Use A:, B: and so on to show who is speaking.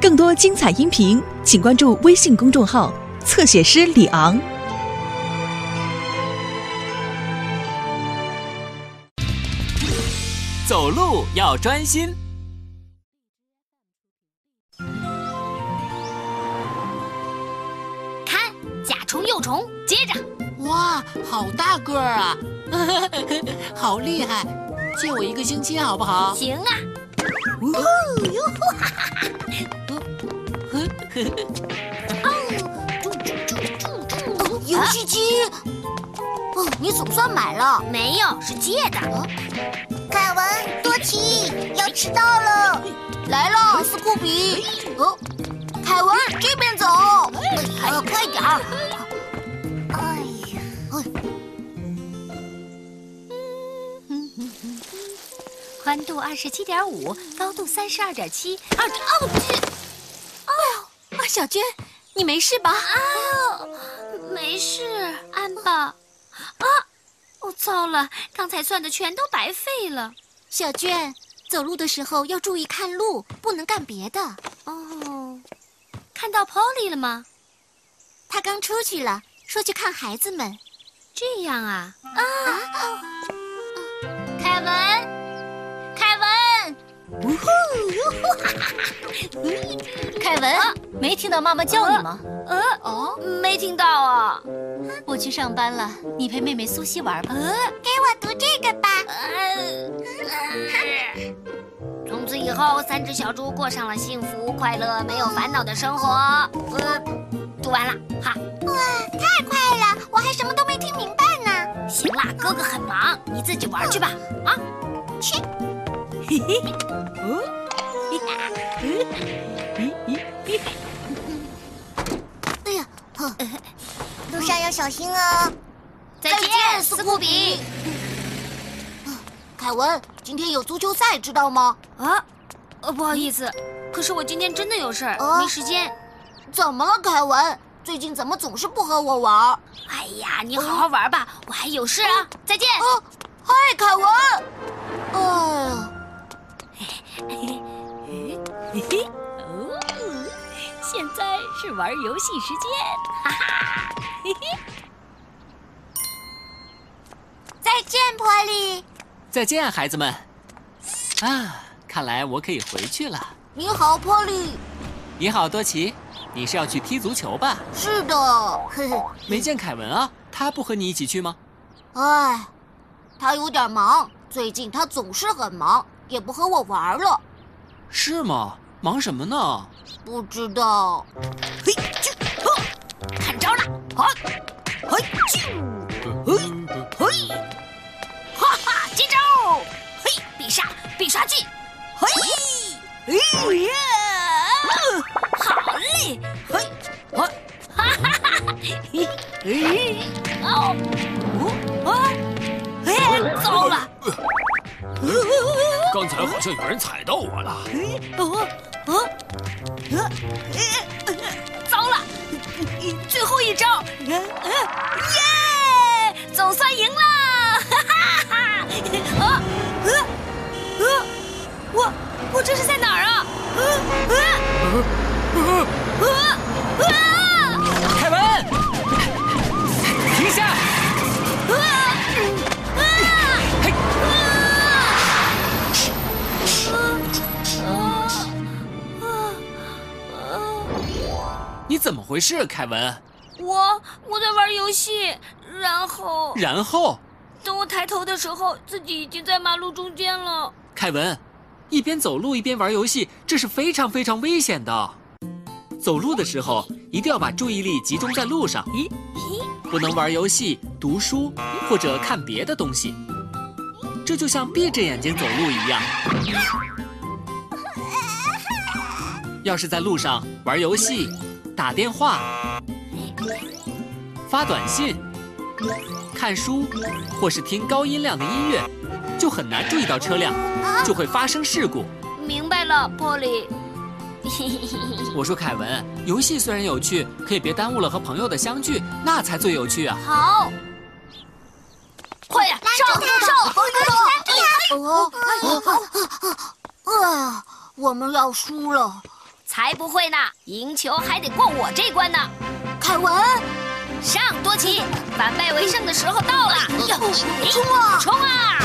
A: 更多精彩音频，请关注微信公众号“侧写师李昂”。
B: 走路要专心。
C: 看，甲虫、幼虫，接着，
D: 哇，好大个儿啊！好厉害，借我一个星期好不好？
C: 行啊，
E: 哦
C: 哦
E: 游
C: 啊
E: 戏机，哦，你总算买了。哦
C: 没有是借的。
E: 凯文、多奇，要迟到了，来了，斯库比。哦，凯文这边走，哎呀，快点儿。哎呀，
C: 宽度二十七点五，高度三十二点七，二哦哎
F: 啊，小娟，你没事吧？
C: 去，没事，安吧。啊，哦，糟了，刚才算的全都白费了。
F: 小娟，走路的时候要注意看路，不能干别的。
C: 哦，看到 Polly 了吗？
F: 她刚出去了，说去看孩子们。
C: 这样啊啊！凯文，凯文，
F: 凯文，
C: 啊
F: 没听到妈妈叫你吗？
C: 呃，
F: 哦，
C: 没听到啊。
F: 我去上班了，你陪妹妹苏西玩吧。
C: 呃，
E: 给我读这个吧。
C: 呃从此以后，三只小猪过上了幸福、快乐、没有烦恼的生活。呃，读完了，哈，
E: 太快了，我还什么都没听明白呢。哦
C: 行啦，哥哥很忙，你自己玩去吧。啊，
E: 切，哎呀，呵路上要小心哦。
C: 再
E: 见
C: 见，
E: 斯
C: 斯
E: 库
C: 库比。
E: 凯文，今天有足球赛，知道吗？
C: 啊，呃，不好意思，可是我今天真的有事儿，
E: 哦
C: 没时间。
E: 怎么了，凯文？最近怎么总是不和我玩儿？
C: 哎呀，你好好玩吧，我还有事啊。再见。
E: 哦，嗨，凯文。哎呀，哦
C: 现在是玩游戏时间，
E: 再见，波利。
B: 再见，孩子们。啊，看来我可以回去了。
E: 你好，波利。
B: 你好，多奇，你是要去踢足球吧？
E: 是的， 呵呵。
B: 没见凯文啊，他不和你一起去吗？
E: 哎，他有点忙，最近他总是很忙，也不和我玩了。
B: 是吗？忙什么呢？
E: 不知道。
C: 看招了。哈哈，接招！嘿，必杀必杀技！嘿，呃好嘞！嘿，哈哈哈哈！哦，啊，哎，糟了！
G: 刚才好像有人踩到我了。
C: 哦，哦，糟了！最后一招，耶！哎总算赢了， 哈哈哈！啊，呃，呃，我我这是在哪儿啊？呃呃呃呃
B: 凯文，停下！
C: 呃
B: 嘿，你怎么回事，凯文？
C: 我我在玩游戏，然后
B: 然后，
C: 等我抬头的时候，自己已经在马路中间了。
B: 凯文，一边走路一边玩游戏，这是非常非常危险的。走路的时候一定要把注意力集中在路上，咦，不能玩游戏、读书或者看别的东西。这就像闭着眼睛走路一样。要是在路上玩游戏、打电话、发短信、看书，或是听高音量的音乐，就很难注意到车辆，就会发生事故。
C: 明白了，波利。
B: 我说凯文，游戏虽然有趣，可也别耽误了和朋友的相聚，那才最有趣啊！
C: 好，快点上上！
E: 哦，哎呀，哎呀，我们要输了。
C: 才不会呢！赢球还得过我这关呢。
E: 凯文，
C: 上，多奇，反败为胜的时候到了！
E: 要冲啊！
C: 冲啊！